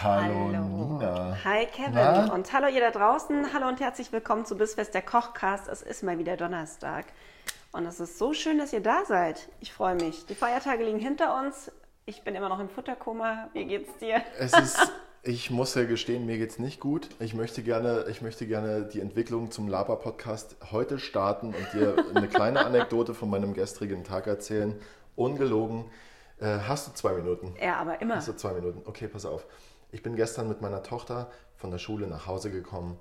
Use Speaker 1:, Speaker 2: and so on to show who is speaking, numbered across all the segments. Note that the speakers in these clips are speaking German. Speaker 1: Hallo, Nina.
Speaker 2: Hi Kevin
Speaker 1: Na?
Speaker 2: und hallo ihr da draußen. Hallo und herzlich willkommen zu Bissfest der Kochcast. Es ist mal wieder Donnerstag und es ist so schön, dass ihr da seid. Ich freue mich. Die Feiertage liegen hinter uns. Ich bin immer noch im Futterkoma. Wie geht's dir?
Speaker 1: Es ist, ich muss ja gestehen, mir geht's nicht gut. Ich möchte gerne, ich möchte gerne die Entwicklung zum Laber-Podcast heute starten und dir eine kleine Anekdote von meinem gestrigen Tag erzählen. Ungelogen. Äh, hast du zwei Minuten?
Speaker 2: Ja, aber immer.
Speaker 1: Hast du zwei Minuten? Okay, pass auf. Ich bin gestern mit meiner Tochter von der Schule nach Hause gekommen,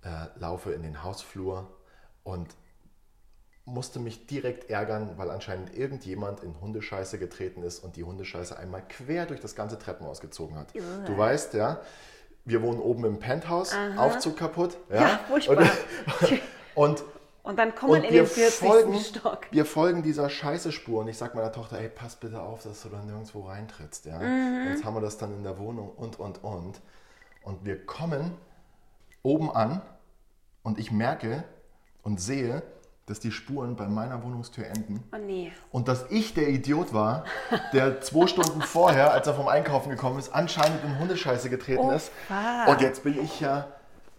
Speaker 1: äh, laufe in den Hausflur und musste mich direkt ärgern, weil anscheinend irgendjemand in Hundescheiße getreten ist und die Hundescheiße einmal quer durch das ganze Treppenhaus gezogen hat. Du weißt, ja, wir wohnen oben im Penthouse, Aufzug kaputt. Ja,
Speaker 2: Ja, furchtbar.
Speaker 1: Und, und,
Speaker 2: Und dann kommt man
Speaker 1: und
Speaker 2: in
Speaker 1: wir,
Speaker 2: den 40.
Speaker 1: folgen,
Speaker 2: Stock.
Speaker 1: wir folgen dieser Scheiße-Spur und ich sag meiner Tochter, ey, pass bitte auf, dass du da nirgendwo reintrittst. Ja?
Speaker 2: Mhm.
Speaker 1: Jetzt haben wir das dann in der Wohnung und, und, und. Und wir kommen oben an und ich merke und sehe, dass die Spuren bei meiner Wohnungstür enden.
Speaker 2: Oh nee.
Speaker 1: Und dass ich der Idiot war, der zwei Stunden vorher, als er vom Einkaufen gekommen ist, anscheinend in Hundescheiße getreten
Speaker 2: Oh,
Speaker 1: ist.
Speaker 2: fuck.
Speaker 1: Und jetzt bin ich ja,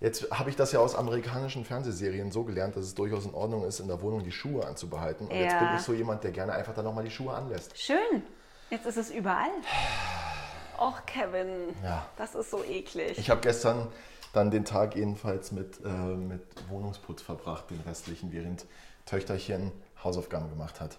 Speaker 1: jetzt habe ich das ja aus amerikanischen Fernsehserien so gelernt, dass es durchaus in Ordnung ist, in der Wohnung die Schuhe anzubehalten. Und jetzt
Speaker 2: Ja.
Speaker 1: bin ich so jemand, der gerne einfach dann nochmal die Schuhe anlässt.
Speaker 2: Schön. Jetzt ist es überall. Och Kevin.
Speaker 1: Ja.
Speaker 2: Das ist so eklig.
Speaker 1: Ich habe gestern dann den Tag jedenfalls mit, äh, mit Wohnungsputz verbracht, den restlichen, während Töchterchen Hausaufgaben gemacht hat.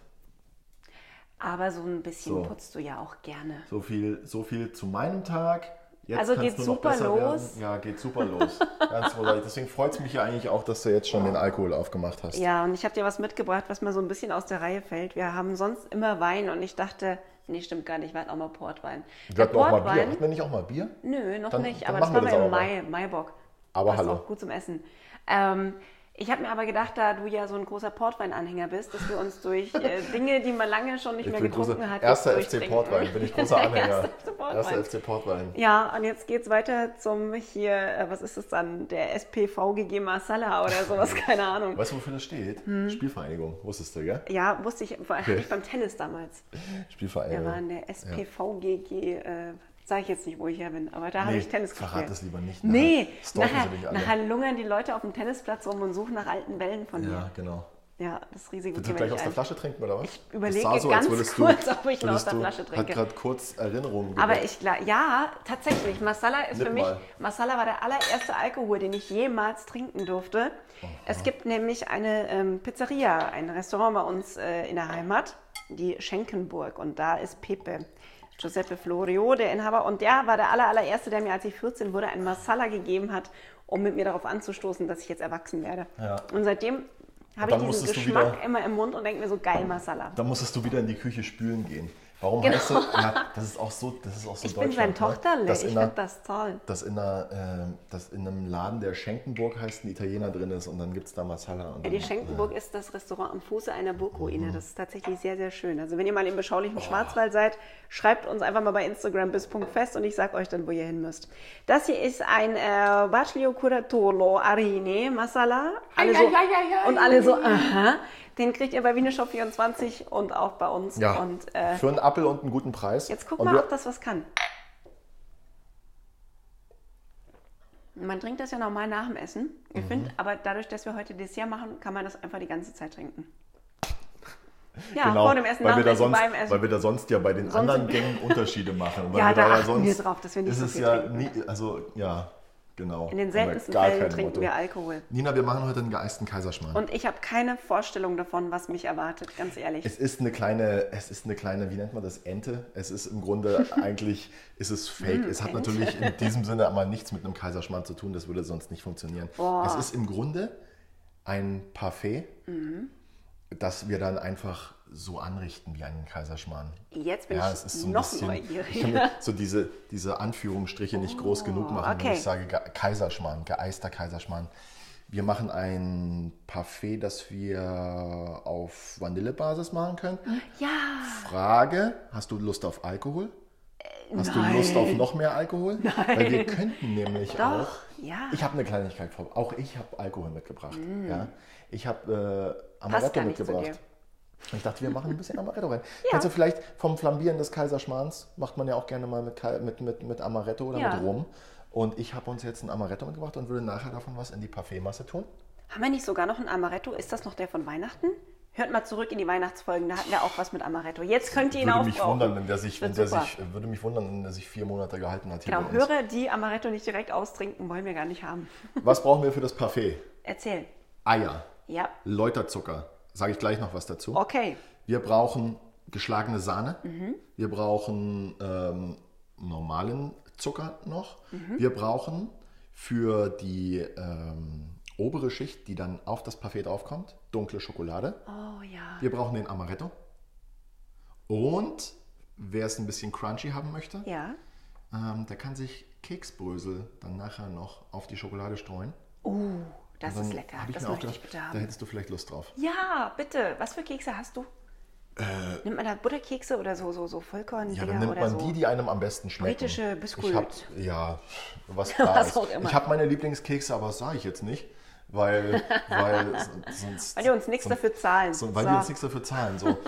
Speaker 2: aber so ein bisschen
Speaker 1: So.
Speaker 2: putzt du ja auch gerne.
Speaker 1: So viel, so viel zu meinem Tag. Jetzt
Speaker 2: Also
Speaker 1: kann's
Speaker 2: geht's
Speaker 1: nur noch
Speaker 2: super
Speaker 1: besser
Speaker 2: los?
Speaker 1: Werden. Ja, geht super los. Ganz großartig. Deswegen freut es mich ja eigentlich auch, dass du jetzt schon den Alkohol aufgemacht hast.
Speaker 2: Ja, und ich habe dir was mitgebracht, was mir so ein bisschen aus der Reihe fällt. Wir haben sonst immer Wein und ich dachte, nee, stimmt gar nicht, wir hatten auch mal Portwein.
Speaker 1: Wir hatten auch mal Bier. Hatten wir nicht auch mal Bier?
Speaker 2: nö, noch
Speaker 1: Dann-
Speaker 2: nicht,
Speaker 1: dann
Speaker 2: aber das war
Speaker 1: machen wir
Speaker 2: mal im
Speaker 1: das auch
Speaker 2: Mai, Maibock.
Speaker 1: Aber
Speaker 2: Passt
Speaker 1: hallo.
Speaker 2: auch gut zum Essen. Ähm, ich habe mir aber gedacht, da du ja so ein großer Portwein-Anhänger bist, dass wir uns durch äh, Dinge, die man lange schon nicht
Speaker 1: Ich
Speaker 2: mehr
Speaker 1: bin
Speaker 2: getrunken
Speaker 1: großer,
Speaker 2: hat,
Speaker 1: erster
Speaker 2: jetzt
Speaker 1: FC
Speaker 2: durchtrinken.
Speaker 1: Portwein, bin ich großer
Speaker 2: Der
Speaker 1: Anhänger.
Speaker 2: erste FC Portwein.
Speaker 1: Erster FC Portwein.
Speaker 2: Ja, und jetzt geht's weiter zum hier, äh, was ist es dann, der SPVGG Marsala oder sowas, keine Ahnung.
Speaker 1: Weißt du, wofür das steht?
Speaker 2: Hm.
Speaker 1: Spielvereinigung, wusstest du, gell?
Speaker 2: Ja, wusste ich, vor- hatte ich beim Tennis damals. Wir
Speaker 1: Spielvereinigung.
Speaker 2: waren der SPVGG, äh, sage ich jetzt nicht, wo ich her bin, aber da habe ich Tennis gespielt.
Speaker 1: verrat das lieber nicht. nachher
Speaker 2: Nee,
Speaker 1: stalken
Speaker 2: nachher,
Speaker 1: sie dich alle.
Speaker 2: nachher lungern die Leute auf dem Tennisplatz rum und suchen nach alten Wellen von
Speaker 1: Ja,
Speaker 2: mir.
Speaker 1: genau.
Speaker 2: Ja, das Risiko
Speaker 1: Willst du
Speaker 2: gehen
Speaker 1: gleich
Speaker 2: wir
Speaker 1: aus der
Speaker 2: nicht
Speaker 1: Flasche trinken oder was?
Speaker 2: Ich überlege
Speaker 1: Das sah so,
Speaker 2: ganz
Speaker 1: als würdest
Speaker 2: kurz,
Speaker 1: du,
Speaker 2: ob ich noch
Speaker 1: würdest
Speaker 2: aus der
Speaker 1: du-
Speaker 2: Flasche
Speaker 1: Hat
Speaker 2: trinke.
Speaker 1: gerade kurz Erinnerungen
Speaker 2: ein. Aber
Speaker 1: geweckt.
Speaker 2: ich glaube, ja, tatsächlich. Marsala ist
Speaker 1: Nipp
Speaker 2: für mich,
Speaker 1: mal.
Speaker 2: Marsala war der allererste Alkohol, den ich jemals trinken durfte. Es gibt nämlich eine ähm, Pizzeria, ein Restaurant bei uns äh, in der Heimat, die Schenkenburg. Und da ist Pepe. Giuseppe Florio, der Inhaber, und der war der aller, allererste, der mir, als ich 14 wurde, einen Marsala gegeben hat, um mit mir darauf anzustoßen, dass ich jetzt erwachsen werde.
Speaker 1: Ja.
Speaker 2: Und seitdem habe ich
Speaker 1: dann
Speaker 2: diesen
Speaker 1: musstest du
Speaker 2: Geschmack
Speaker 1: wieder-
Speaker 2: immer im Mund und denke mir so, geil, Marsala.
Speaker 1: Dann musstest du wieder in die Küche spülen gehen. Warum
Speaker 2: Genau.
Speaker 1: heißt das? Ja, das ist auch so, das ist auch so ne?
Speaker 2: Ich bin sein Tochterle. Ich finde das toll.
Speaker 1: Dass in, einer, äh, dass in einem Laden, der Schenkenburg heißt, ein Italiener drin ist und dann gibt es da Masala. Und
Speaker 2: Ja,
Speaker 1: dann,
Speaker 2: die Schenkenburg ist das Restaurant am Fuße einer Burgruine. Das ist tatsächlich sehr, sehr schön. Also wenn ihr mal im beschaulichen Schwarzwald seid, schreibt uns einfach mal bei Instagram bis Punkt fest und ich sag euch dann, wo ihr hin müsst. Das hier ist ein äh, Baccio Curatolo Arine Masala. Alle so, und alle so, aha. Den kriegt ihr bei Wiener Shop 24 und auch bei uns.
Speaker 1: ja.
Speaker 2: Und äh,
Speaker 1: für einen Appel und einen guten Preis.
Speaker 2: jetzt guck
Speaker 1: und
Speaker 2: mal,
Speaker 1: wir-
Speaker 2: ob das was kann. Man trinkt das ja normal nach dem Essen.
Speaker 1: Mhm.
Speaker 2: Ich finde, aber dadurch, dass wir heute Dessert machen, kann man das einfach die ganze Zeit trinken. Ja,
Speaker 1: genau,
Speaker 2: vor dem Essen,
Speaker 1: weil
Speaker 2: nach
Speaker 1: wir,
Speaker 2: dem
Speaker 1: da
Speaker 2: Essen,
Speaker 1: sonst,
Speaker 2: beim Essen.
Speaker 1: weil wir da sonst ja bei den
Speaker 2: Sonst-
Speaker 1: anderen Gängen Unterschiede machen. Weil
Speaker 2: Ja,
Speaker 1: wir
Speaker 2: da
Speaker 1: da ja
Speaker 2: achten
Speaker 1: sonst,
Speaker 2: wir drauf, dass wir nicht
Speaker 1: ist
Speaker 2: so
Speaker 1: es
Speaker 2: viel
Speaker 1: ja
Speaker 2: trinken.
Speaker 1: nie, also ja, genau.
Speaker 2: In den seltensten Fällen trinken wir Alkohol.
Speaker 1: Nina, wir machen heute einen geeisten Kaiserschmarrn.
Speaker 2: Und ich habe keine Vorstellung davon, was mich erwartet, ganz ehrlich.
Speaker 1: Es ist eine kleine, es ist eine kleine, wie nennt man das, Ente? Es ist im Grunde eigentlich, ist es
Speaker 2: Hm,
Speaker 1: fake. es hat natürlich in diesem Sinne aber nichts mit einem Kaiserschmarrn zu tun, das würde sonst nicht funktionieren.
Speaker 2: Boah. Mhm.
Speaker 1: Es ist im Grunde ein Parfait, das wir dann einfach so anrichten wie einen Kaiserschmarrn.
Speaker 2: Jetzt bin ich noch neugierig.
Speaker 1: Ich kann mir so diese, diese Anführungsstriche nicht groß genug machen, wenn
Speaker 2: okay.
Speaker 1: ich sage Ge- Kaiserschmarrn, geeister Kaiserschmarrn. Wir machen ein Parfait, das wir auf Vanillebasis machen könnten.
Speaker 2: Ja,
Speaker 1: Frage, hast du Lust auf Alkohol? Hast du Lust auf noch mehr Alkohol? Nein. Weil wir könnten nämlich
Speaker 2: Doch,
Speaker 1: auch.
Speaker 2: ja. Mm.
Speaker 1: Ich habe eine Kleinigkeit vor. Auch ich habe Alkohol mitgebracht. Ja. Ich habe äh,
Speaker 2: Passt
Speaker 1: Amaretto
Speaker 2: gar nicht zu
Speaker 1: mitgebracht. Ich dachte, wir machen ein bisschen Amaretto rein. Kennst du vielleicht vom Flambieren des Kaiserschmarrns? Macht man ja auch gerne mal mit, Kai- mit, mit, mit Amaretto oder
Speaker 2: Ja.
Speaker 1: mit Rum. Und ich habe uns jetzt ein Amaretto mitgebracht und würde nachher davon was in die Parfaimasse tun.
Speaker 2: haben wir nicht sogar noch ein Amaretto? Ist das noch der von Weihnachten? Hört mal zurück in die Weihnachtsfolgen, da hatten wir auch was mit Amaretto. Jetzt könnt ihr ihn
Speaker 1: Würde mich,
Speaker 2: aufbrauchen.
Speaker 1: wundern, wenn der sich, wenn
Speaker 2: Wird
Speaker 1: der
Speaker 2: super.
Speaker 1: sich, würde mich wundern, wenn der sich vier Monate gehalten hat. Hier
Speaker 2: Genau,
Speaker 1: bei uns.
Speaker 2: Hörer, die Amaretto nicht direkt austrinken, wollen wir gar nicht haben.
Speaker 1: Was brauchen wir für das Parfait?
Speaker 2: Erzähl.
Speaker 1: Eier.
Speaker 2: Ja,
Speaker 1: Läuterzucker. Sage ich gleich noch was dazu.
Speaker 2: okay. Mhm.
Speaker 1: Wir brauchen geschlagene Sahne. Wir brauchen ähm, normalen Zucker noch.
Speaker 2: Mhm.
Speaker 1: Wir brauchen für die ähm, obere Schicht, die dann auf das Parfait draufkommt, dunkle Schokolade.
Speaker 2: Oh ja.
Speaker 1: Wir brauchen den Amaretto. Und wer es ein bisschen crunchy haben möchte,
Speaker 2: Ja.
Speaker 1: ähm, der kann sich Keksbrösel dann nachher noch auf die Schokolade streuen.
Speaker 2: Uh, das
Speaker 1: Dann
Speaker 2: ist lecker.
Speaker 1: hab ich
Speaker 2: Das
Speaker 1: mir auch
Speaker 2: möchte ich
Speaker 1: gedacht,
Speaker 2: bitte
Speaker 1: da
Speaker 2: haben.
Speaker 1: hättest du vielleicht Lust drauf.
Speaker 2: Ja, bitte. Was für Kekse hast du? Nimmt man da Butterkekse oder so, so, so vollkorn
Speaker 1: Äh. Ja, dann nimmt
Speaker 2: oder
Speaker 1: man
Speaker 2: so?
Speaker 1: die, die einem am besten schmecken.
Speaker 2: Britische Biskuit.
Speaker 1: Ich hab, ja, was, da
Speaker 2: Was
Speaker 1: ist.
Speaker 2: auch immer.
Speaker 1: Ich habe meine Lieblingskekse, aber das sage ich jetzt nicht, weil, weil s- sonst.
Speaker 2: Weil die uns nichts
Speaker 1: sonst-
Speaker 2: dafür zahlen.
Speaker 1: So, weil
Speaker 2: So.
Speaker 1: wir uns nichts dafür zahlen. So.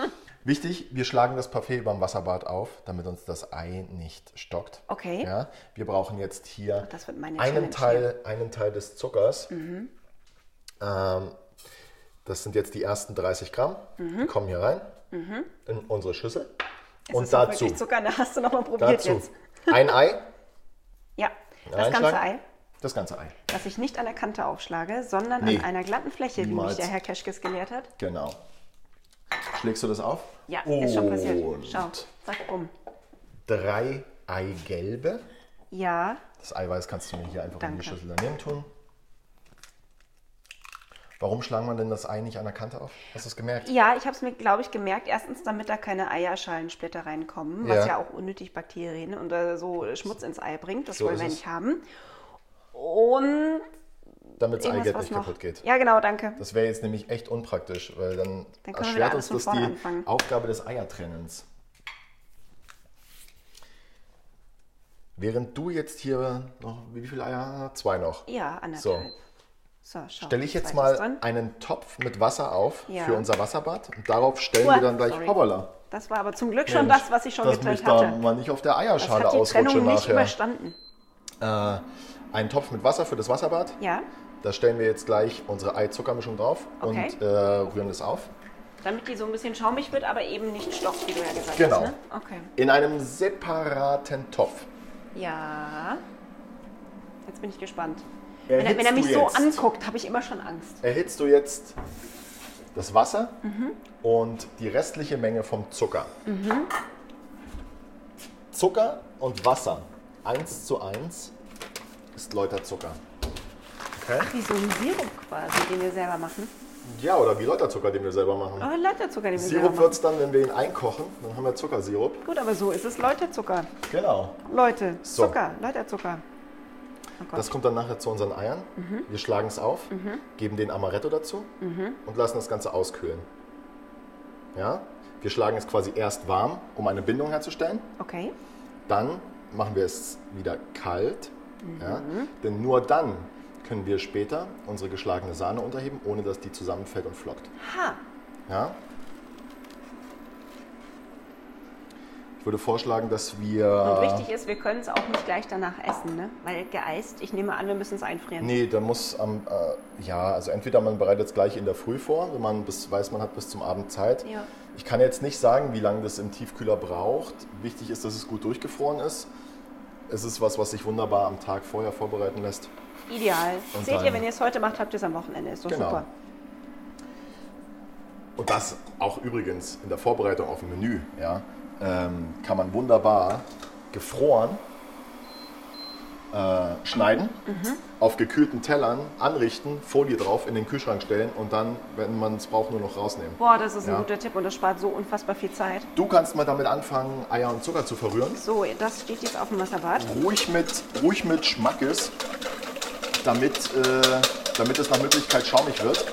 Speaker 1: Wichtig, wir schlagen das Parfait beim Wasserbad auf, damit uns das Ei nicht stockt.
Speaker 2: Okay.
Speaker 1: Ja, wir brauchen jetzt hier
Speaker 2: das wird meine Challenge ne? Mhm.
Speaker 1: einen, Teil, einen Teil des Zuckers. Ähm, das sind jetzt die ersten 30 Gramm.
Speaker 2: Mhm.
Speaker 1: Die kommen hier rein in unsere Schüssel.
Speaker 2: Das
Speaker 1: Und
Speaker 2: Mhm. ist doch
Speaker 1: dazu,
Speaker 2: wirklich Zucker, da hast du nochmal probiert
Speaker 1: dazu
Speaker 2: jetzt.
Speaker 1: ein Ei.
Speaker 2: Ja, das
Speaker 1: reinschlagen.
Speaker 2: ganze Ei,
Speaker 1: Das ganze Ei.
Speaker 2: das ich nicht an der Kante aufschlage, sondern
Speaker 1: Nee.
Speaker 2: an einer glatten Fläche,
Speaker 1: Niemals.
Speaker 2: wie mich der Herr Keschkes gelehrt hat.
Speaker 1: Genau. Schlägst du das auf?
Speaker 2: Ja, ist schon passiert.
Speaker 1: Und
Speaker 2: Schau, zack, um.
Speaker 1: Drei Eigelbe.
Speaker 2: Ja,
Speaker 1: Das Eiweiß kannst du mir hier einfach in
Speaker 2: Danke.
Speaker 1: die Schüssel daneben tun. Warum schlagen wir denn das Ei nicht an der Kante auf? Hast du es gemerkt?
Speaker 2: ja, ich habe es mir, glaube ich, gemerkt. Erstens, damit da keine Eierschalensplitter reinkommen, was ja
Speaker 1: Ja.
Speaker 2: auch unnötig Bakterien oder so Schmutz ins Ei bringt. Das
Speaker 1: So
Speaker 2: wollen
Speaker 1: ist
Speaker 2: wir
Speaker 1: es.
Speaker 2: nicht haben. Und
Speaker 1: Damit das
Speaker 2: irgendwas,
Speaker 1: Eigelb
Speaker 2: was
Speaker 1: nicht
Speaker 2: noch.
Speaker 1: kaputt geht.
Speaker 2: Ja, genau, danke.
Speaker 1: Das wäre jetzt nämlich echt unpraktisch, weil dann,
Speaker 2: Dann können wir wieder
Speaker 1: erschwert
Speaker 2: alles
Speaker 1: uns
Speaker 2: von vorne
Speaker 1: das die
Speaker 2: anfangen.
Speaker 1: Aufgabe des Eiertrennens. Während du jetzt hier noch, wie viele Eier? Zwei noch.
Speaker 2: Ja, anderthalb. So, schau.
Speaker 1: Stelle ich jetzt
Speaker 2: zweites
Speaker 1: mal
Speaker 2: dran.
Speaker 1: einen Topf mit Wasser auf
Speaker 2: Ja.
Speaker 1: für unser Wasserbad und darauf stellen
Speaker 2: Uah,
Speaker 1: wir dann gleich
Speaker 2: sorry.
Speaker 1: Hobbala.
Speaker 2: Das war aber zum Glück schon das, was ich schon
Speaker 1: dass
Speaker 2: getrennt
Speaker 1: mich da
Speaker 2: hatte.
Speaker 1: mal nicht auf der
Speaker 2: Das
Speaker 1: Eierschale
Speaker 2: hat die
Speaker 1: ausrutsche
Speaker 2: Trennung nicht
Speaker 1: nachher.
Speaker 2: überstanden.
Speaker 1: Äh, einen Topf mit Wasser für das Wasserbad.
Speaker 2: Ja,
Speaker 1: Da stellen wir jetzt gleich unsere Eizuckermischung drauf
Speaker 2: Okay.
Speaker 1: und äh, rühren das auf.
Speaker 2: damit die so ein bisschen schaumig wird, aber eben nicht stockt, wie du ja gesagt
Speaker 1: Genau.
Speaker 2: hast. Genau. Ne? Okay.
Speaker 1: In einem separaten Topf.
Speaker 2: Ja. Jetzt bin ich gespannt. Wenn er,
Speaker 1: Erhitzt
Speaker 2: wenn er mich
Speaker 1: du
Speaker 2: so
Speaker 1: jetzt,
Speaker 2: anguckt, habe ich immer schon Angst.
Speaker 1: Erhitzt du jetzt das Wasser und die restliche Menge vom Zucker. Zucker und Wasser. Eins zu eins ist Läuterzucker. Okay?
Speaker 2: Wie so ein Sirup quasi, den wir selber machen.
Speaker 1: Ja, oder wie Läuterzucker, den wir selber machen.
Speaker 2: Aber Läuterzucker, den wir selber
Speaker 1: Sirup
Speaker 2: machen.
Speaker 1: wird es dann, wenn wir ihn einkochen. Dann haben wir Zuckersirup.
Speaker 2: Gut, aber so ist es Läuterzucker.
Speaker 1: Genau.
Speaker 2: Leute,
Speaker 1: So.
Speaker 2: Zucker, Läuterzucker.
Speaker 1: Das kommt dann nachher zu unseren Eiern. Wir schlagen es auf, geben den Amaretto dazu und lassen das Ganze auskühlen. Ja? Wir schlagen es quasi erst warm, um eine Bindung herzustellen.
Speaker 2: Okay.
Speaker 1: Dann machen wir es wieder kalt. Ja? Denn nur dann können wir später unsere geschlagene Sahne unterheben, ohne dass die zusammenfällt und flockt.
Speaker 2: Ha,
Speaker 1: Ja? Ich würde vorschlagen, dass wir.
Speaker 2: Und wichtig ist, wir können es auch nicht gleich danach essen, ne? Weil geeist, ich nehme an, wir müssen es einfrieren.
Speaker 1: Nee, da muss am, äh, ja, also entweder man bereitet es gleich in der Früh vor, wenn man bis, weiß, man hat bis zum Abend Zeit.
Speaker 2: Ja.
Speaker 1: Ich kann jetzt nicht sagen, wie lange das im Tiefkühler braucht. Wichtig ist, dass es gut durchgefroren ist. Es ist was, was sich wunderbar am Tag vorher vorbereiten lässt.
Speaker 2: Ideal.
Speaker 1: Und
Speaker 2: Seht ihr,
Speaker 1: dann-
Speaker 2: wenn ihr es heute macht, habt ihr es am Wochenende. Ist doch
Speaker 1: Genau.
Speaker 2: super.
Speaker 1: Und das auch übrigens in der Vorbereitung auf ein Menü, ja, ähm, kann man wunderbar gefroren äh, schneiden, auf gekühlten Tellern anrichten, Folie drauf, in den Kühlschrank stellen und dann, wenn man es braucht, nur noch rausnehmen.
Speaker 2: Boah, das ist ein
Speaker 1: Ja.
Speaker 2: guter Tipp und das spart so unfassbar viel Zeit.
Speaker 1: Du kannst mal damit anfangen, Eier und Zucker zu verrühren.
Speaker 2: So, das steht jetzt auf dem Wasserbad.
Speaker 1: Ruhig mit, ruhig mit Schmackes, damit, äh, damit es nach Möglichkeit schaumig wird.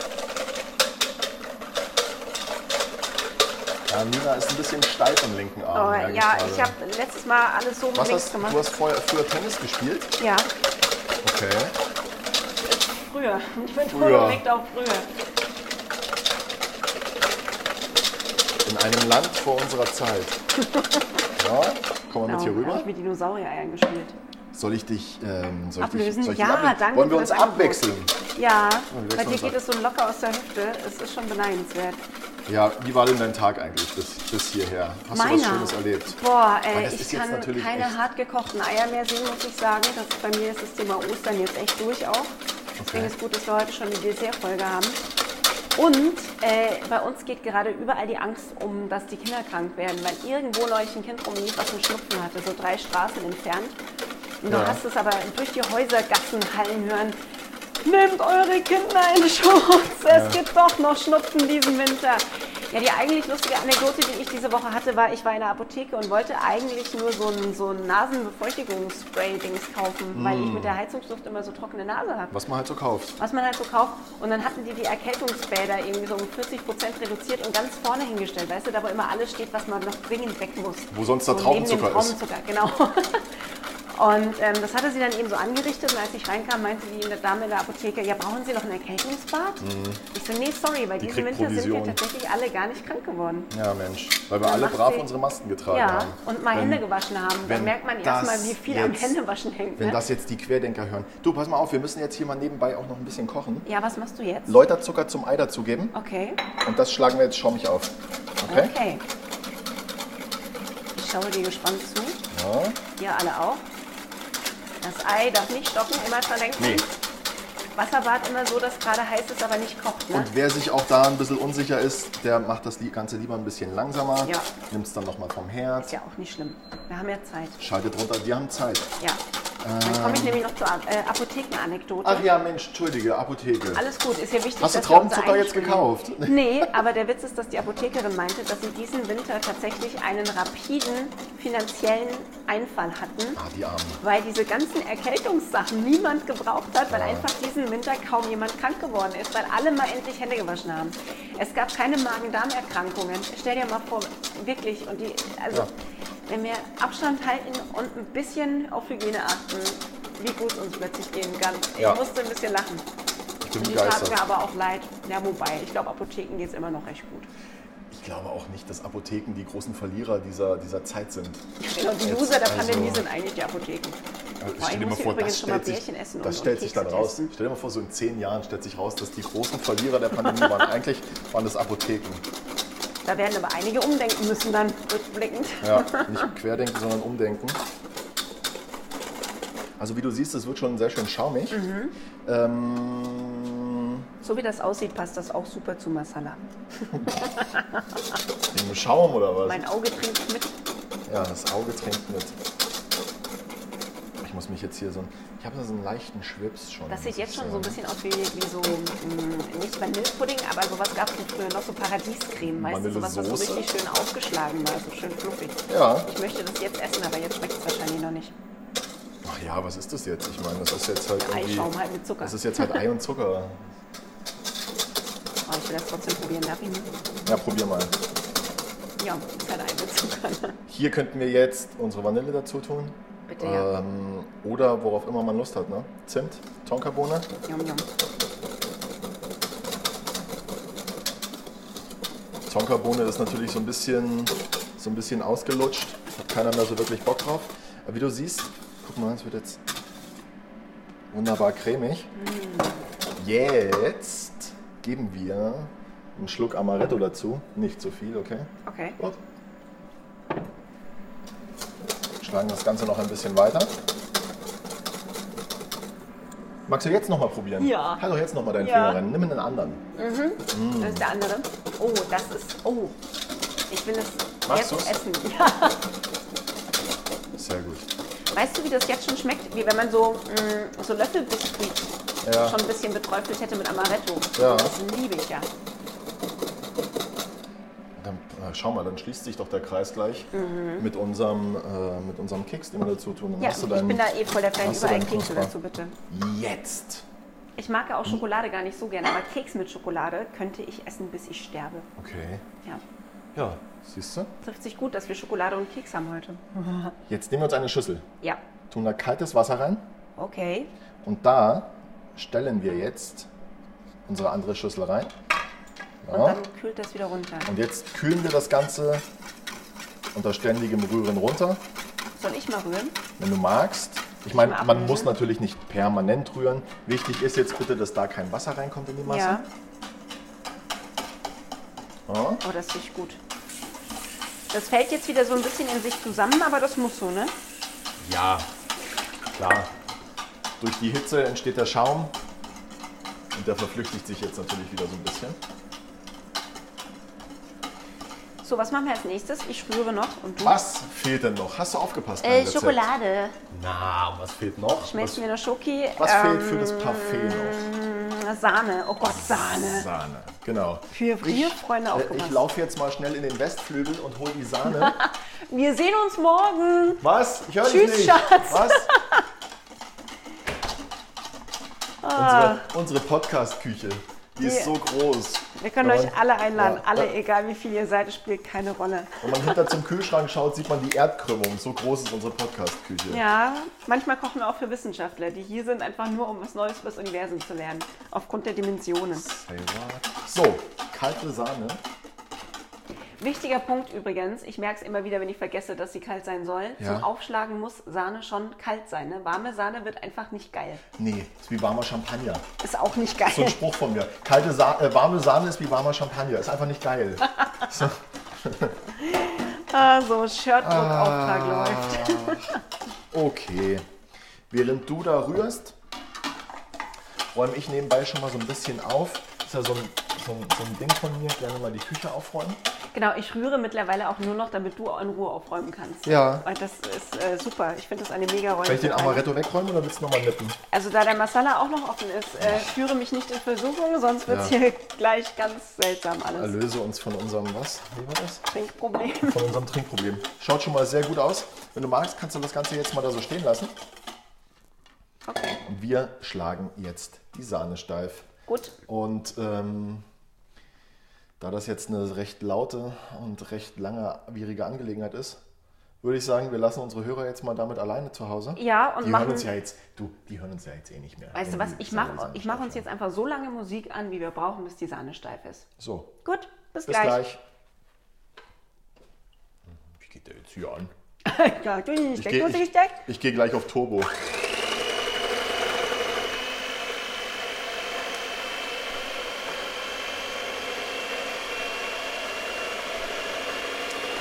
Speaker 1: Ja, Nina ist ein bisschen steif im linken
Speaker 2: Oh,
Speaker 1: Arm.
Speaker 2: ja,
Speaker 1: merke gerade.
Speaker 2: ich habe letztes Mal alles so mit
Speaker 1: Was
Speaker 2: links
Speaker 1: hast,
Speaker 2: gemacht.
Speaker 1: du hast vorher, früher Tennis gespielt?
Speaker 2: ja,
Speaker 1: Okay.
Speaker 2: früher. Ich bin
Speaker 1: Früher.
Speaker 2: früher. liegt auch früher.
Speaker 1: In einem Land vor unserer Zeit. Ja, komm mal mit hier
Speaker 2: Genau, hab
Speaker 1: rüber.
Speaker 2: ich mit Dinosaurier-Eiern gespielt.
Speaker 1: Soll ich dich ähm, soll ich dich-
Speaker 2: Ablösen?
Speaker 1: Soll ich
Speaker 2: Ja,
Speaker 1: dich ablösen?
Speaker 2: danke
Speaker 1: Wollen wir
Speaker 2: für
Speaker 1: uns
Speaker 2: das Angebot.
Speaker 1: abwechseln?
Speaker 2: Ja,
Speaker 1: wir
Speaker 2: bei dir
Speaker 1: wechseln
Speaker 2: geht es
Speaker 1: uns
Speaker 2: so locker aus der Hüfte. Es ist schon beneidenswert.
Speaker 1: Ja, wie war denn dein Tag eigentlich bis, bis hierher? Hast du was
Speaker 2: Meiner?
Speaker 1: Schönes erlebt?
Speaker 2: Boah,
Speaker 1: Weil
Speaker 2: ey,
Speaker 1: das
Speaker 2: ich
Speaker 1: ist jetzt
Speaker 2: kann
Speaker 1: natürlich
Speaker 2: keine
Speaker 1: echt-
Speaker 2: hart gekochten Eier mehr sehen, muss ich sagen. Das ist bei mir ist das Thema Ostern jetzt echt durch auch. Deswegen
Speaker 1: Okay.
Speaker 2: ist gut, dass wir heute schon die Dessertfolge haben. Und äh, bei uns geht gerade überall die Angst um, dass die Kinder krank werden, weil irgendwo neulich ein Kind rumlief, was einen Schnupfen hatte, so drei Straßen entfernt. Und du
Speaker 1: Ja.
Speaker 2: hast es aber durch die Häusergassen hallen hören. Nehmt eure Kinder in Schutz. Es gibt doch noch Schnupfen diesen Winter. Ja, die eigentlich lustige Anekdote, die ich diese Woche hatte, war, ich war in der Apotheke und wollte eigentlich nur so ein, so ein Nasenbefeuchtigungsspray-Dings kaufen, weil ich mit der Heizungsluft immer so trockene Nase habe
Speaker 1: Was man halt so kauft.
Speaker 2: was man halt so kauft. Und dann hatten die die Erkältungsbäder irgendwie so um 40 Prozent reduziert und ganz vorne hingestellt, weißt du, da wo immer alles steht, was man noch dringend weg muss.
Speaker 1: Wo sonst der
Speaker 2: so
Speaker 1: Traubenzucker ist.
Speaker 2: neben dem Traubenzucker, genau. Und ähm, das hatte sie dann eben so angerichtet und als ich reinkam, meinte die Dame in der Apotheke, ja, brauchen Sie noch ein Erkältungsbad? Ich so, nee, sorry, bei diesem
Speaker 1: Mhm. kriegt
Speaker 2: Winter sind wir
Speaker 1: Provision.
Speaker 2: tatsächlich alle gar nicht krank geworden.
Speaker 1: Ja, Mensch. Weil wir
Speaker 2: Dann
Speaker 1: alle
Speaker 2: macht
Speaker 1: brav
Speaker 2: sie-
Speaker 1: unsere Masken getragen
Speaker 2: ja,
Speaker 1: haben.
Speaker 2: und mal
Speaker 1: Wenn-
Speaker 2: Hände gewaschen haben. Dann
Speaker 1: wenn
Speaker 2: merkt man
Speaker 1: das
Speaker 2: erstmal, wie viel am
Speaker 1: jetzt-
Speaker 2: Händewaschen hängt.
Speaker 1: Wenn
Speaker 2: Ne?
Speaker 1: das jetzt die Querdenker hören. Du, pass mal auf, wir müssen jetzt hier mal nebenbei auch noch ein bisschen kochen.
Speaker 2: Ja, was machst du jetzt?
Speaker 1: Läuterzucker zum Ei dazugeben
Speaker 2: Okay.
Speaker 1: und das schlagen wir jetzt schaumig auf. Okay?
Speaker 2: Okay. Ich schaue dir gespannt zu.
Speaker 1: Ja.
Speaker 2: Ihr alle auch. Das Ei darf nicht stocken, immer dran denken.
Speaker 1: Nee.
Speaker 2: Wasserbad immer so, dass gerade heiß ist, aber nicht kocht. Ne?
Speaker 1: Und wer sich auch da ein bisschen unsicher ist, der macht das Ganze lieber ein bisschen langsamer,
Speaker 2: Ja.
Speaker 1: nimmt es dann nochmal vom Herd,
Speaker 2: Ist ja auch nicht schlimm. Wir haben ja Zeit.
Speaker 1: schaltet runter, wir haben Zeit.
Speaker 2: Ja.
Speaker 1: Äh.
Speaker 2: Dann komme ich nämlich noch zur A- äh, Apothekenanekdote.
Speaker 1: Ach ja, Mensch, entschuldige, Apotheke.
Speaker 2: Alles gut, ist ja wichtig.
Speaker 1: Also- Hast du
Speaker 2: dass wir uns
Speaker 1: Traubenzucker jetzt
Speaker 2: einspielen.
Speaker 1: gekauft?
Speaker 2: Nee, aber der Witz ist, dass die Apothekerin meinte, dass sie diesen Winter tatsächlich einen rapiden finanziellen Einfall hatten.
Speaker 1: Ah, die Armen.
Speaker 2: weil diese ganzen Erkältungssachen niemand gebraucht hat, weil einfach diesen Winter kaum jemand krank geworden ist, weil alle mal endlich Hände gewaschen haben. Es gab keine Magen-Darm-Erkrankungen. Stell dir mal vor, wirklich. Und die, also,
Speaker 1: Ja.
Speaker 2: wenn wir Abstand halten und ein bisschen auf Hygiene achten, wie gut es uns plötzlich gehen kann.
Speaker 1: Ja.
Speaker 2: Ich musste ein bisschen lachen.
Speaker 1: Ich bin
Speaker 2: Die taten mir
Speaker 1: begeistert.
Speaker 2: aber auch leid. Ja, wobei, ich glaube, Apotheken geht es immer noch recht gut.
Speaker 1: Ich glaube auch nicht, dass Apotheken die großen Verlierer dieser, dieser Zeit sind.
Speaker 2: Genau, die
Speaker 1: Jetzt,
Speaker 2: Loser der
Speaker 1: also-
Speaker 2: Pandemie sind eigentlich die Apotheken.
Speaker 1: Also
Speaker 2: Boah, ich muss hier übrigens schon mal Bärchen essen, um
Speaker 1: das
Speaker 2: so
Speaker 1: stellt
Speaker 2: einen
Speaker 1: sich dann
Speaker 2: Keks zu
Speaker 1: raus.
Speaker 2: testen.
Speaker 1: Stell dir mal vor, so in zehn Jahren stellt sich raus, dass die großen Verlierer der Pandemie waren. Eigentlich waren das Apotheken.
Speaker 2: Da werden aber einige umdenken müssen dann rückblickend.
Speaker 1: Ja, nicht querdenken, sondern umdenken. Also wie du siehst, es wird schon sehr schön schaumig.
Speaker 2: Mhm.
Speaker 1: Ähm,
Speaker 2: So wie das aussieht, passt das auch super zu Masala.
Speaker 1: wegen dem Schaum oder was?
Speaker 2: Mein Auge trinkt mit.
Speaker 1: Ja, das Auge trinkt mit. Ich muss mich jetzt hier so... ein- Ich habe so einen leichten Schwips schon.
Speaker 2: Das
Speaker 1: muss
Speaker 2: sieht
Speaker 1: ich
Speaker 2: jetzt schon so ein
Speaker 1: sagen.
Speaker 2: bisschen aus wie, wie so, mh, nicht Vanillepudding, aber sowas gab es früher noch, so Paradiescreme, weißt du, sowas, was so
Speaker 1: Vanillesoße?
Speaker 2: richtig schön aufgeschlagen war, so schön fluffig.
Speaker 1: Ja.
Speaker 2: Ich möchte das jetzt essen, aber jetzt schmeckt es wahrscheinlich noch nicht. Ah,
Speaker 1: Ach ja, was ist das jetzt? Ich meine, das ist jetzt halt irgendwie...
Speaker 2: Eischaum halt mit Zucker.
Speaker 1: Das ist jetzt halt Ei und Zucker.
Speaker 2: Aber Oh, ich will das trotzdem probieren, darf ich nicht?
Speaker 1: Ja, probier mal.
Speaker 2: Ja, ist halt ein mit Zucker.
Speaker 1: Hier könnten wir jetzt unsere Vanille dazu tun.
Speaker 2: Bitte, ja.
Speaker 1: Ähm, oder worauf immer man Lust hat, ne? Zimt, Tonkabohne.
Speaker 2: Yum, yum.
Speaker 1: hm. Tonkabohne ist natürlich so ein bisschen, so ein bisschen ausgelutscht. Hat keiner mehr so wirklich Bock drauf. Aber wie du siehst, guck mal, es wird jetzt wunderbar cremig. Jetzt geben wir einen Schluck Amaretto dazu. Nicht zu viel, okay?
Speaker 2: Okay.
Speaker 1: Gut. Schlagen das Ganze noch ein bisschen weiter. Magst du jetzt nochmal probieren?
Speaker 2: Ja.
Speaker 1: Halt doch jetzt nochmal deinen
Speaker 2: Ja.
Speaker 1: Finger rein. Nimm einen anderen.
Speaker 2: Das ist der andere. Oh, das ist. Oh. Ich will es
Speaker 1: Machst
Speaker 2: jetzt
Speaker 1: du's?
Speaker 2: essen. Ja.
Speaker 1: Sehr gut.
Speaker 2: Weißt du, wie das jetzt schon schmeckt? Wie wenn man so, mh, so Löffelbiskuit
Speaker 1: Ja.
Speaker 2: schon ein bisschen beträufelt hätte mit Amaretto.
Speaker 1: Ja.
Speaker 2: Das liebe ich ja.
Speaker 1: Dann, äh, schau mal, dann schließt sich doch der Kreis gleich mit, unserem, äh, mit unserem Keks, den wir dazu tun. Dann
Speaker 2: Ja,
Speaker 1: hast du
Speaker 2: ich
Speaker 1: deinen-
Speaker 2: bin da eh voll der Fan.
Speaker 1: hast du
Speaker 2: Überall
Speaker 1: deinen
Speaker 2: Kekse
Speaker 1: Knusper?
Speaker 2: dazu, bitte.
Speaker 1: Jetzt!
Speaker 2: Ich mag ja auch Schokolade gar nicht so gerne, aber Keks mit Schokolade könnte ich essen, bis ich sterbe.
Speaker 1: Okay.
Speaker 2: Ja.
Speaker 1: Ja, siehst du?
Speaker 2: Trifft sich gut, dass wir Schokolade und Keks haben heute.
Speaker 1: Jetzt nehmen wir uns eine Schüssel,
Speaker 2: Ja.
Speaker 1: tun da kaltes Wasser rein
Speaker 2: Okay.
Speaker 1: und da stellen wir jetzt unsere andere Schüssel rein. Ja.
Speaker 2: Und dann kühlt das wieder runter.
Speaker 1: Und jetzt kühlen wir das Ganze unter ständigem Rühren runter,
Speaker 2: Soll ich mal rühren?
Speaker 1: wenn du magst. Ich meine,
Speaker 2: Mal
Speaker 1: man
Speaker 2: abrühren.
Speaker 1: muss natürlich nicht permanent rühren. Wichtig ist jetzt bitte, dass da kein Wasser reinkommt in die Masse.
Speaker 2: Ja.
Speaker 1: Ja.
Speaker 2: Oh, das riecht gut. Das fällt jetzt wieder so ein bisschen in sich zusammen, aber das muss so, ne?
Speaker 1: Ja, klar. Durch die Hitze entsteht der Schaum und der verflüchtigt sich jetzt natürlich wieder so ein bisschen.
Speaker 2: So, was machen wir als nächstes? Ich rühre noch und du
Speaker 1: Was fehlt denn noch? Hast du aufgepasst? beim
Speaker 2: Äh,
Speaker 1: Rezept?
Speaker 2: Schokolade.
Speaker 1: Na, was fehlt noch?
Speaker 2: Schmeckt
Speaker 1: Was,
Speaker 2: mir eine Schoki.
Speaker 1: was
Speaker 2: ähm,
Speaker 1: fehlt für das Parfait noch?
Speaker 2: Sahne. Oh Gott, Sahne.
Speaker 1: Sahne, genau.
Speaker 2: Für Bierfreunde
Speaker 1: Ich, äh, ich
Speaker 2: aufgepasst.
Speaker 1: laufe jetzt mal schnell in den Westflügel und hol die Sahne.
Speaker 2: Wir sehen uns morgen.
Speaker 1: Was? Ich höre dich
Speaker 2: Tschüss,
Speaker 1: nicht.
Speaker 2: Schatz.
Speaker 1: Was?
Speaker 2: Ah.
Speaker 1: unsere unsere Podcast-Küche, die ist so groß.
Speaker 2: Wir können
Speaker 1: Wenn
Speaker 2: euch
Speaker 1: man-
Speaker 2: alle einladen.
Speaker 1: Ja,
Speaker 2: alle,
Speaker 1: äh,
Speaker 2: egal wie viel ihr seid, es spielt keine Rolle.
Speaker 1: Wenn man hinter zum Kühlschrank schaut, sieht man die Erdkrümmung. So groß ist unsere Podcast-Küche.
Speaker 2: Ja, manchmal kochen wir auch für Wissenschaftler, die hier sind, einfach nur um was Neues über das Universum zu lernen. Aufgrund der Dimensionen.
Speaker 1: Say what? So, kalte Sahne.
Speaker 2: Wichtiger Punkt übrigens, ich merke es immer wieder, wenn ich vergesse, dass sie kalt sein soll.
Speaker 1: Ja.
Speaker 2: Zum Aufschlagen muss Sahne schon kalt sein. Ne? Warme Sahne wird einfach nicht geil.
Speaker 1: Nee, ist wie warmer Champagner.
Speaker 2: Ist auch nicht geil.
Speaker 1: So ein Spruch von mir. Kalte Sa äh, warme Sahne ist wie warmer Champagner. Ist einfach nicht geil. So.
Speaker 2: Ah, so Shirtdruckauftrag
Speaker 1: Ah.
Speaker 2: läuft.
Speaker 1: Okay. Während du da rührst, räume ich nebenbei schon mal so ein bisschen auf. Ist ja so ein, so ein, so ein Ding von mir. Gerne mal die Küche aufräumen.
Speaker 2: Genau, ich rühre mittlerweile auch nur noch, damit du in Ruhe aufräumen kannst.
Speaker 1: Ja.
Speaker 2: Und das ist äh, super. Ich finde das eine mega
Speaker 1: Soll ich den
Speaker 2: Räume.
Speaker 1: Amaretto wegräumen oder willst du nochmal nippen?
Speaker 2: Also da der Masala auch noch offen ist, äh, führe mich nicht in Versuchung, sonst wird es
Speaker 1: Ja.
Speaker 2: hier gleich ganz seltsam alles.
Speaker 1: Erlöse uns von unserem was? Wie war das?
Speaker 2: Trinkproblem.
Speaker 1: Von unserem Trinkproblem. Schaut schon mal sehr gut aus. Wenn du magst, kannst du das Ganze jetzt mal da so stehen lassen.
Speaker 2: Okay,
Speaker 1: Und wir schlagen jetzt die Sahne steif.
Speaker 2: gut.
Speaker 1: Und ähm, da das jetzt eine recht laute und recht langwierige Angelegenheit ist, würde ich sagen, wir lassen unsere Hörer jetzt mal damit alleine zu Hause.
Speaker 2: Ja, und
Speaker 1: die
Speaker 2: machen-
Speaker 1: hören uns ja jetzt, du, die hören uns ja jetzt eh nicht mehr.
Speaker 2: Weißt du
Speaker 1: wenn
Speaker 2: was,
Speaker 1: die
Speaker 2: ich
Speaker 1: Sahne
Speaker 2: mache
Speaker 1: Sahne
Speaker 2: ich mach
Speaker 1: steif
Speaker 2: uns jetzt einfach so lange Musik an, wie wir brauchen, bis die Sahne steif ist.
Speaker 1: ist. So,
Speaker 2: Gut, bis,
Speaker 1: bis
Speaker 2: gleich.
Speaker 1: gleich. Wie geht der jetzt hier an?
Speaker 2: Ja, du nicht
Speaker 1: Ich gehe
Speaker 2: du
Speaker 1: ich,
Speaker 2: nicht weg.
Speaker 1: ich geh gleich auf Turbo.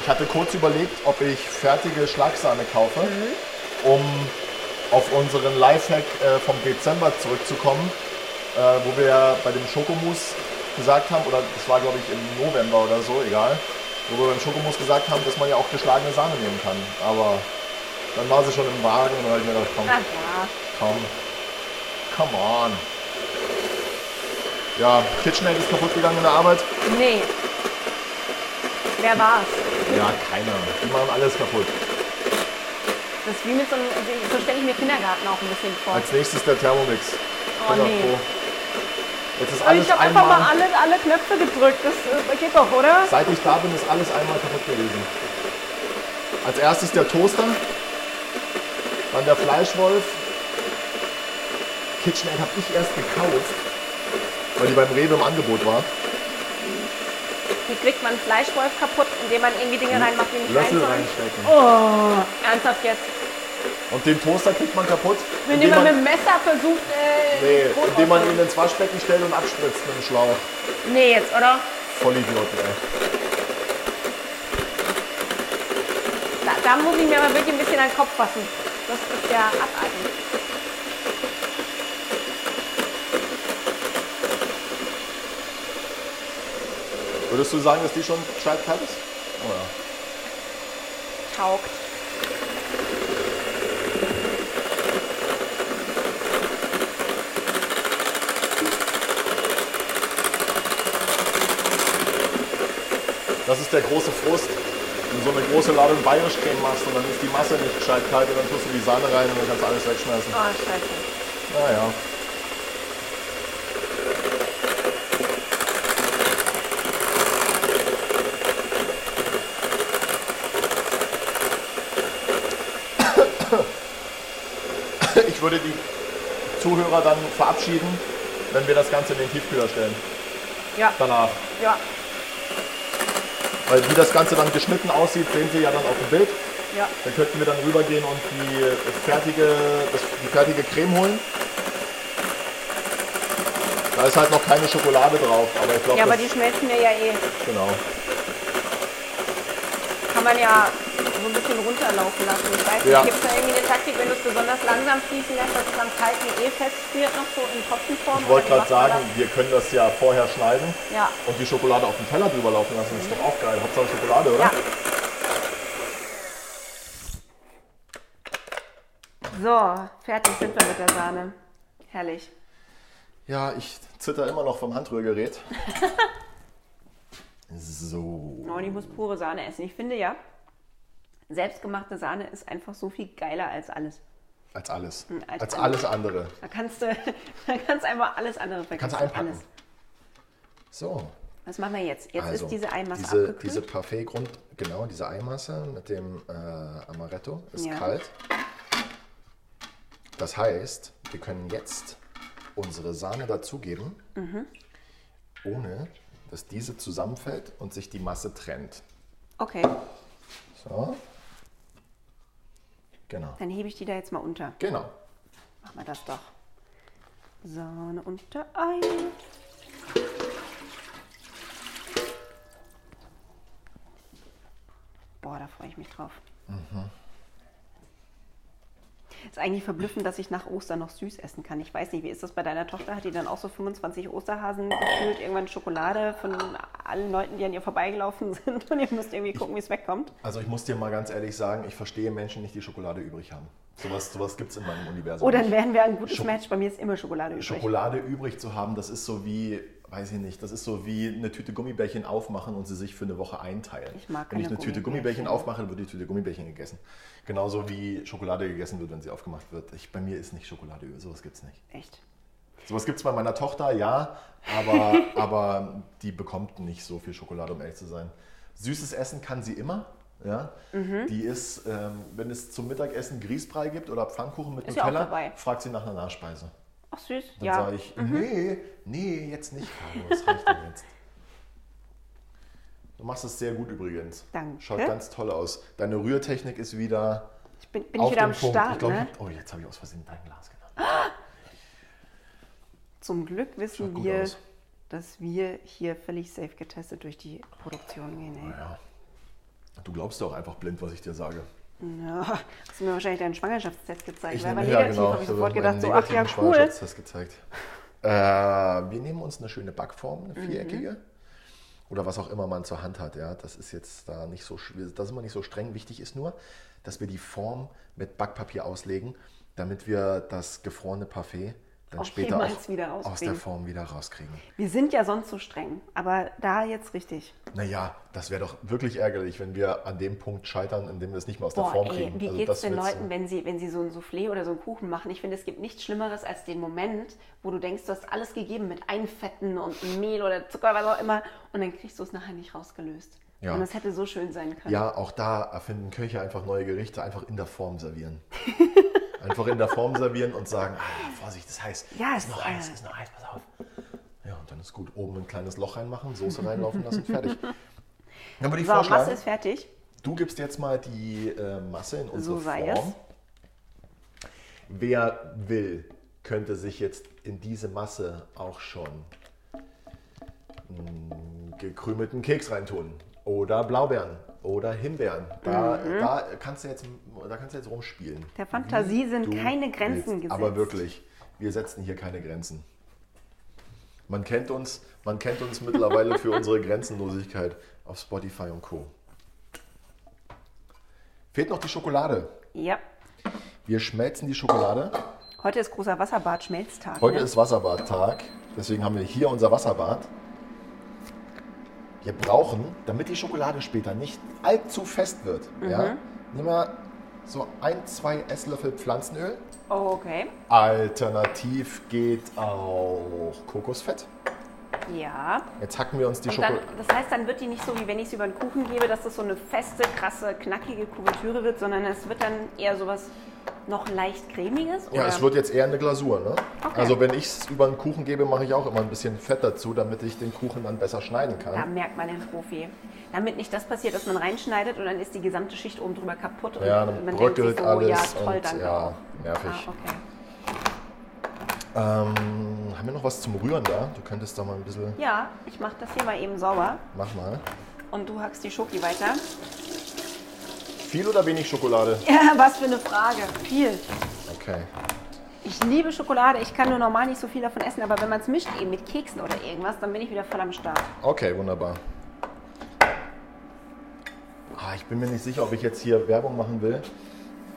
Speaker 1: Ich hatte kurz überlegt, ob ich fertige Schlagsahne kaufe, um auf unseren Lifehack äh, vom Dezember zurückzukommen, äh, wo wir ja bei dem Schokomus gesagt haben, oder das war glaube ich im November oder so, egal, wo wir beim Schokomus gesagt haben, dass man ja auch geschlagene Sahne nehmen kann. Aber dann war sie schon im Wagen und dann habe ich mir gedacht, komm,
Speaker 2: Ach ja.
Speaker 1: komm, come on. Ja, KitchenAid ist kaputt gegangen in der Arbeit.
Speaker 2: Nee. Wer war's?
Speaker 1: Ja, keiner. Die machen alles kaputt.
Speaker 2: Oh. Das ist wie mit so einem, so stelle ich mir Kindergarten auch ein bisschen vor.
Speaker 1: Als nächstes der Thermomix.
Speaker 2: Oh,
Speaker 1: Bin auch
Speaker 2: nee.
Speaker 1: froh. Jetzt ist
Speaker 2: Aber
Speaker 1: alles
Speaker 2: ich habe einfach
Speaker 1: einmal,
Speaker 2: mal alle, alle Knöpfe gedrückt. Das äh, geht doch, oder?
Speaker 1: seit ich da bin, ist alles einmal kaputt gewesen. Als erstes der Toaster, dann der Fleischwolf. KitchenAid habe ich erst gekauft, weil die beim Rewe im Angebot war.
Speaker 2: Wie kriegt man Fleischwolf kaputt, indem man irgendwie Dinge reinmacht, die nicht rein
Speaker 1: Hm, Löffel
Speaker 2: sollen?
Speaker 1: reinstecken.
Speaker 2: Ernsthaft jetzt?
Speaker 1: Und den Toaster kriegt man kaputt,
Speaker 2: Wenn jemand mit dem Messer versucht, äh,
Speaker 1: nee,
Speaker 2: Brot
Speaker 1: indem man ihn
Speaker 2: aufzumachen.
Speaker 1: ins Waschbecken stellt und abspritzt mit dem Schlauch.
Speaker 2: Nee, jetzt, oder?
Speaker 1: Vollidioten, ey.
Speaker 2: Da, da muss ich mir mal wirklich ein bisschen an den Kopf fassen. Das ist ja abartig.
Speaker 1: Würdest du sagen, dass die schon gescheit kalt ist? Oh ja.
Speaker 2: Taugt.
Speaker 3: Das ist der große Frust. Wenn du so eine große Ladung Bayerischcreme machst und dann ist die Masse nicht gescheit kalt und dann tust du die Sahne rein und dann kannst du alles wegschmeißen.
Speaker 2: Oh, scheiße.
Speaker 3: Naja. Ich würde die Zuhörer dann verabschieden, wenn wir das Ganze in den Tiefkühler stellen.
Speaker 2: Ja,
Speaker 3: Danach.
Speaker 2: ja,
Speaker 3: Weil wie das Ganze dann geschnitten aussieht, sehen Sie ja dann auf dem Bild.
Speaker 2: ja.
Speaker 3: Da könnten wir dann rübergehen und die fertige, das, die fertige Creme holen. Da ist halt noch keine Schokolade drauf, aber ich glaube,
Speaker 2: Ja, aber die
Speaker 3: das-
Speaker 2: schmelzen mir ja eh.
Speaker 3: genau.
Speaker 2: Kann man ja so ein bisschen runterlaufen lassen. Ich weiß
Speaker 3: Ja.
Speaker 2: nicht, gibt es da irgendwie eine Taktik, wenn du es besonders langsam fließen lässt, dass es am kalten eh festfriert, noch so in Tropfenform?
Speaker 3: Ich wollte
Speaker 2: Oder wie
Speaker 3: gerade
Speaker 2: macht man
Speaker 3: sagen, wir können das ja vorher schneiden
Speaker 2: das? Ja,
Speaker 3: und die Schokolade auf den Teller drüber laufen lassen. Das ist doch auch geil. Hauptsache Schokolade, oder?
Speaker 2: ja. So, fertig sind wir mit der Sahne. Herrlich.
Speaker 3: Ja, ich zitter immer noch vom Handrührgerät. so.
Speaker 2: Und ich muss pure Sahne essen. Ich finde ja, selbstgemachte Sahne ist einfach so viel geiler als alles.
Speaker 1: Als alles.
Speaker 2: als
Speaker 1: Als
Speaker 2: alles.
Speaker 1: alles andere.
Speaker 2: Da kannst du, da kannst einfach alles andere vergessen.
Speaker 1: Kannst du einpacken.
Speaker 2: Alles.
Speaker 1: So.
Speaker 2: Was machen wir jetzt? Jetzt
Speaker 1: Also,
Speaker 2: ist diese Eimasse
Speaker 1: diese,
Speaker 2: abgekühlt.
Speaker 1: diese Parfait-Grund, genau, diese Eimasse mit dem äh, Amaretto ist
Speaker 2: Ja.
Speaker 1: kalt. Das heißt, wir können jetzt unsere Sahne dazugeben,
Speaker 2: Mhm.
Speaker 1: ohne dass diese zusammenfällt und sich die Masse trennt.
Speaker 2: Okay,
Speaker 1: So. Genau.
Speaker 2: dann hebe ich die da jetzt mal unter.
Speaker 1: Genau.
Speaker 2: Machen wir das doch. Sahne unter Ei. Boah, da freue ich mich drauf.
Speaker 1: Mhm.
Speaker 2: Ist eigentlich verblüffend, dass ich nach Ostern noch süß essen kann. Ich weiß nicht, wie ist das bei deiner Tochter? Hat die dann auch so 25 Osterhasen gefühlt, irgendwann Schokolade von allen Leuten, die an ihr vorbeigelaufen sind und ihr müsst irgendwie gucken, wie es wegkommt?
Speaker 1: Also ich muss dir mal ganz ehrlich sagen, ich verstehe Menschen nicht, die Schokolade übrig haben. Sowas sowas gibt es in meinem Universum.
Speaker 2: Oh, dann
Speaker 1: nicht.
Speaker 2: wären wir ein gutes
Speaker 1: Schoko-
Speaker 2: Match. Bei mir ist immer Schokolade übrig.
Speaker 1: Schokolade übrig zu haben, das ist so wie, weiß ich nicht, das ist so wie eine Tüte Gummibärchen aufmachen und sie sich für eine Woche einteilen.
Speaker 2: Ich mag
Speaker 1: wenn ich
Speaker 2: keine
Speaker 1: eine Tüte
Speaker 2: Gummibärchen.
Speaker 1: Gummibärchen aufmache, wird die Tüte Gummibärchen gegessen. Genauso wie Schokolade gegessen wird, wenn sie aufgemacht wird. Ich, bei mir ist nicht Schokolade übrig, sowas gibt's nicht.
Speaker 2: Echt.
Speaker 1: Sowas gibt's bei meiner Tochter, ja, aber, aber die bekommt nicht so viel Schokolade, um ehrlich zu sein. Süßes Essen kann sie immer. Ja,
Speaker 2: Mhm.
Speaker 1: die ist, ähm, wenn es zum Mittagessen Grießbrei gibt oder Pfannkuchen mit
Speaker 2: Ist ja auch
Speaker 1: Nutella,
Speaker 2: dabei.
Speaker 1: fragt sie nach einer Nachspeise.
Speaker 2: Ach süß.
Speaker 1: Dann
Speaker 2: ja. Mhm.
Speaker 1: sage ich, nee, nee, jetzt nicht, Caro, was reicht denn jetzt? Du machst es sehr gut übrigens.
Speaker 2: Danke.
Speaker 1: Schaut ganz toll aus. Deine Rührtechnik ist wieder
Speaker 2: Ich bin, bin
Speaker 1: auf
Speaker 2: ich wieder am
Speaker 1: dem Punkt.
Speaker 2: Start,
Speaker 1: ich glaub,
Speaker 2: ne?
Speaker 1: ich- Oh, jetzt habe ich aus Versehen dein Glas genommen.
Speaker 2: Zum Glück
Speaker 1: Schaut
Speaker 2: wissen
Speaker 1: gut
Speaker 2: wir,
Speaker 1: aus.
Speaker 2: dass wir hier völlig safe getestet durch die Produktion gehen. Ey.
Speaker 1: Ja. Du glaubst ja auch einfach blind, was ich dir sage.
Speaker 2: Ja, hast du mir wahrscheinlich deinen Schwangerschaftstest gezeigt. weil bei
Speaker 1: nehme-
Speaker 2: negativ habe ich
Speaker 1: hab
Speaker 2: sofort
Speaker 1: meinen
Speaker 2: gedacht, so, ach ja,
Speaker 1: negativen
Speaker 2: cool.
Speaker 1: Schwangerschaftstest gezeigt. Äh, wir nehmen uns eine schöne Backform,
Speaker 2: Mhm.
Speaker 1: eine viereckige. Oder was auch immer man zur Hand hat. Ja. Das ist jetzt da nicht so, sch- da sind wir nicht so streng. Wichtig ist nur, dass wir die Form mit Backpapier auslegen, damit wir das gefrorene Parfait dann
Speaker 2: Auch
Speaker 1: später
Speaker 2: jemals
Speaker 1: auch
Speaker 2: wieder
Speaker 1: aus
Speaker 2: rauskriegen.
Speaker 1: der Form wieder rauskriegen.
Speaker 2: Wir sind ja sonst so streng, aber da jetzt richtig.
Speaker 1: Naja, das wäre doch wirklich ärgerlich, wenn wir an dem Punkt scheitern, in dem wir es nicht mehr aus der
Speaker 2: Boah,
Speaker 1: Form
Speaker 2: ey,
Speaker 1: kriegen.
Speaker 2: wie
Speaker 1: Also
Speaker 2: geht's
Speaker 1: das
Speaker 2: den
Speaker 1: wird's-
Speaker 2: Leuten, wenn sie, wenn sie so ein Soufflé oder so einen Kuchen machen? Ich finde, es gibt nichts Schlimmeres als den Moment, wo du denkst, du hast alles gegeben mit Einfetten und Mehl oder Zucker, was auch immer, und dann kriegst du es nachher nicht rausgelöst.
Speaker 1: Ja.
Speaker 2: Und das hätte so schön sein können.
Speaker 1: Ja, auch da erfinden Köche einfach neue Gerichte, einfach in der Form servieren. einfach in der Form servieren und sagen, ah, Vorsicht, das ist heiß.
Speaker 2: Ja,
Speaker 1: ist
Speaker 2: es-
Speaker 1: noch
Speaker 2: äh,
Speaker 1: heiß, ist noch heiß, pass auf. Ja, und dann ist gut. Oben ein kleines Loch reinmachen, Soße reinlaufen lassen, fertig. Dann würde ich
Speaker 2: so,
Speaker 1: vorschlagen,
Speaker 2: Masse ist fertig.
Speaker 1: du gibst jetzt mal die äh, Masse in unsere
Speaker 2: So sei es.
Speaker 1: Form. Wer will, könnte sich jetzt in diese Masse auch schon mh, gekrümelten Keks reintun. Oder Blaubeeren. Oder Himbeeren. Da, da, kannst du jetzt, da kannst du jetzt rumspielen.
Speaker 2: Der Fantasie sind
Speaker 1: Du
Speaker 2: keine Grenzen
Speaker 1: willst.
Speaker 2: gesetzt.
Speaker 1: Aber wirklich, wir setzen hier keine Grenzen. Man kennt uns, man kennt uns mittlerweile für unsere Grenzenlosigkeit auf Spotify und Co. Fehlt noch die Schokolade.
Speaker 2: Ja.
Speaker 1: Wir schmelzen die Schokolade.
Speaker 2: Heute ist großer Wasserbad, Schmelztag.
Speaker 1: Heute
Speaker 2: ne?
Speaker 1: ist Wasserbadtag, deswegen haben wir hier unser Wasserbad. wir brauchen, damit die Schokolade später nicht allzu fest wird.
Speaker 2: Mhm.
Speaker 1: Ja? Nimm mal so ein, zwei Esslöffel Pflanzenöl.
Speaker 2: Oh, okay.
Speaker 1: Alternativ geht auch Kokosfett.
Speaker 2: Ja.
Speaker 1: Jetzt hacken wir uns die
Speaker 2: Und dann,
Speaker 1: Schokolade.
Speaker 2: das heißt, dann wird die nicht so, wie wenn ich sie über den Kuchen gebe, dass das so eine feste, krasse, knackige Kuvertüre wird, sondern es wird dann eher sowas noch leicht cremiges?
Speaker 1: Ja,
Speaker 2: oder?
Speaker 1: es wird jetzt eher eine Glasur. Ne? Also wenn ich es über einen Kuchen gebe, mache ich auch immer ein bisschen Fett dazu, damit ich den Kuchen dann besser schneiden kann.
Speaker 2: Da merkt man den Profi. Damit nicht das passiert, dass man reinschneidet und dann ist die gesamte Schicht oben drüber kaputt. Und
Speaker 1: Ja, dann
Speaker 2: man denkt sich
Speaker 1: bröckelt
Speaker 2: so, oh
Speaker 1: alles
Speaker 2: Ja, toll,
Speaker 1: und
Speaker 2: danke.
Speaker 1: ja,
Speaker 2: auch. Ah,
Speaker 1: nervig.
Speaker 2: okay.
Speaker 1: Hm, Haben wir noch was zum Rühren da? Du könntest da mal ein bisschen,
Speaker 2: Ja, ich mache das hier mal eben sauber
Speaker 1: mach mal.
Speaker 2: und du hackst die Schoki weiter.
Speaker 1: Viel oder wenig Schokolade?
Speaker 2: Ja, was für eine Frage. Viel.
Speaker 1: Okay.
Speaker 2: Ich liebe Schokolade, ich kann nur normal nicht so viel davon essen, aber wenn man es mischt eben mit Keksen oder irgendwas, dann bin ich wieder voll am Start.
Speaker 1: Okay, wunderbar. Ah, ich bin mir nicht sicher, ob ich jetzt hier Werbung machen will,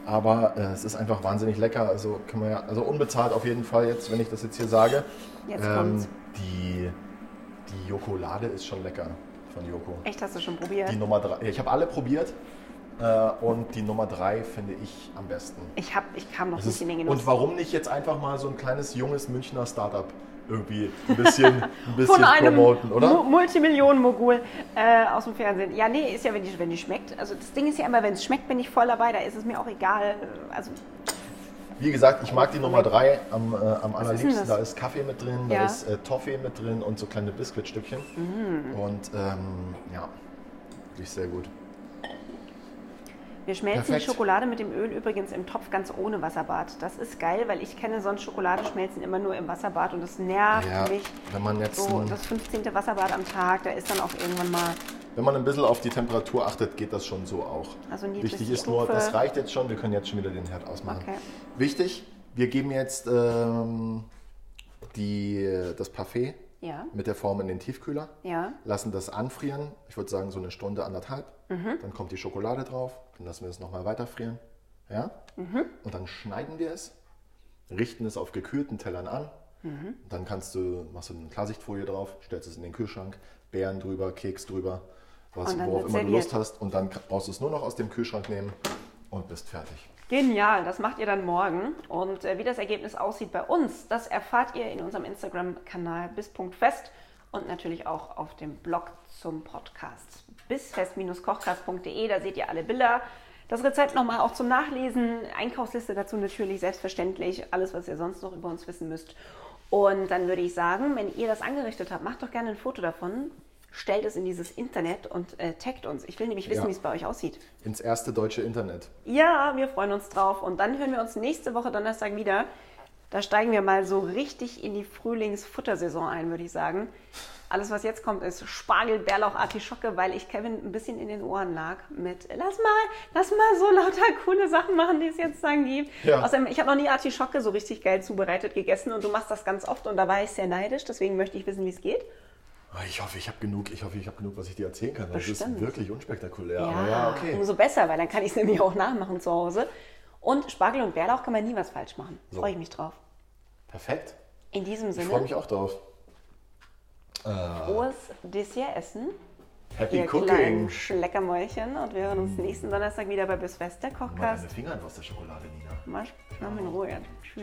Speaker 1: aber äh, es ist einfach wahnsinnig lecker. Also kann man ja, also unbezahlt auf jeden Fall jetzt, wenn ich das jetzt hier sage.
Speaker 2: Jetzt
Speaker 1: Ähm,
Speaker 2: kommt's.
Speaker 1: die die Jokolade ist schon lecker von Joko.
Speaker 2: Echt, hast du schon probiert?
Speaker 1: Die Nummer drei. Ich habe alle probiert äh, und die Nummer drei finde ich am besten.
Speaker 2: Ich, hab, ich kam noch
Speaker 1: Das
Speaker 2: nicht
Speaker 1: ist,
Speaker 2: in den Genuss.
Speaker 1: und warum nicht jetzt einfach mal so ein kleines junges Münchner Startup irgendwie ein bisschen, ein bisschen
Speaker 2: Von einem
Speaker 1: promoten,
Speaker 2: Mu-
Speaker 1: oder?
Speaker 2: Multimillionen-Mogul äh, aus dem Fernsehen. Ja, nee, ist ja, wenn die, wenn die schmeckt. Also das Ding ist ja immer, wenn es schmeckt, bin ich voll dabei, da ist es mir auch egal. Also
Speaker 1: Wie gesagt, ich mag die Nummer drei am, äh, am
Speaker 2: denn
Speaker 1: allerliebsten.
Speaker 2: das?
Speaker 1: Da ist Kaffee mit drin, da
Speaker 2: Ja.
Speaker 1: ist äh, Toffee mit drin und so kleine Biskuitstückchen.
Speaker 2: Mhm.
Speaker 1: Und ähm, ja, wirklich sehr gut.
Speaker 2: wir schmelzen
Speaker 1: Perfekt.
Speaker 2: die Schokolade mit dem Öl übrigens im Topf ganz ohne Wasserbad. Das ist geil, weil ich kenne sonst Schokolade schmelzen immer nur im Wasserbad und das nervt
Speaker 1: Ja,
Speaker 2: mich.
Speaker 1: wenn man jetzt
Speaker 2: So,
Speaker 1: ein-
Speaker 2: das 15. Wasserbad am Tag, da ist dann auch irgendwann mal
Speaker 1: Wenn man ein bisschen auf die Temperatur achtet, geht das schon so auch.
Speaker 2: Also niedrig
Speaker 1: Wichtig
Speaker 2: die
Speaker 1: ist nur,
Speaker 2: Stufe.
Speaker 1: das reicht jetzt schon, wir können jetzt schon wieder den Herd ausmachen.
Speaker 2: Okay.
Speaker 1: Wichtig, wir geben jetzt ähm, die, äh, das Parfait
Speaker 2: Ja.
Speaker 1: mit der Form in den Tiefkühler,
Speaker 2: Ja.
Speaker 1: lassen das anfrieren, ich würde sagen so eine Stunde, anderthalb.
Speaker 2: Mhm.
Speaker 1: Dann kommt die Schokolade drauf, dann lassen wir es nochmal weiterfrieren. Ja?
Speaker 2: Mhm.
Speaker 1: Und dann schneiden wir es, richten es auf gekühlten Tellern an.
Speaker 2: Mhm.
Speaker 1: Dann kannst du, machst du eine Klarsichtfolie drauf, stellst es in den Kühlschrank, Beeren drüber, Keks drüber, was,
Speaker 2: Und dann
Speaker 1: worauf
Speaker 2: wird's
Speaker 1: immer du
Speaker 2: serviert.
Speaker 1: Lust hast. Und dann brauchst du es nur noch aus dem Kühlschrank nehmen und bist fertig.
Speaker 2: Genial, das macht ihr dann morgen. Und äh, wie das Ergebnis aussieht bei uns, das erfahrt ihr in unserem Instagram-Kanal bis.fest und natürlich auch auf dem Blog zum Podcast bisfest-kochkast.de. Da seht ihr alle Bilder. Das Rezept nochmal auch zum Nachlesen, Einkaufsliste dazu natürlich, selbstverständlich, alles, was ihr sonst noch über uns wissen müsst. Und dann würde ich sagen, wenn ihr das angerichtet habt, macht doch gerne ein Foto davon, stellt es in dieses Internet und äh, taggt uns. Ich will nämlich wissen,
Speaker 1: Ja.
Speaker 2: wie es bei euch aussieht.
Speaker 1: Ins erste deutsche Internet.
Speaker 2: Ja, wir freuen uns drauf. Und dann hören wir uns nächste Woche Donnerstag wieder. Da steigen wir mal so richtig in die Frühlingsfuttersaison ein, würde ich sagen. Alles, was jetzt kommt, ist Spargel, Bärlauch, Artischocke, weil ich Kevin ein bisschen in den Ohren lag mit lass mal, lass mal so lauter coole Sachen machen, die es jetzt dann gibt.
Speaker 1: Ja.
Speaker 2: Außerdem, ich habe noch nie Artischocke so richtig geil zubereitet gegessen und du machst das ganz oft und da war ich sehr neidisch, deswegen möchte ich wissen, wie es geht.
Speaker 1: Ah, Ich hoffe, ich habe genug, ich hoffe, ich habe genug, was ich dir erzählen kann. weil Das
Speaker 2: Bestimmt.
Speaker 1: ist wirklich unspektakulär. aber Oh ja okay.
Speaker 2: umso besser, weil dann kann ich es nämlich auch nachmachen zu Hause. Und Spargel und Bärlauch kann man nie was falsch machen.
Speaker 1: So.
Speaker 2: Freue ich mich drauf.
Speaker 1: Perfekt.
Speaker 2: In diesem
Speaker 1: Ich freue
Speaker 2: Sinne,
Speaker 1: mich auch drauf.
Speaker 2: frohes Dessertessen,
Speaker 1: Happy
Speaker 2: ihr
Speaker 1: Cooking.
Speaker 2: kleinen Schleckermäulchen. Und wir hören uns nächsten Donnerstag wieder bei Bis Fest, der
Speaker 1: Mal deine
Speaker 2: Kochkast.
Speaker 1: Finger einfach aus der Schokolade, Nina.
Speaker 2: Mach mach mich in Ruhe. Tschüss.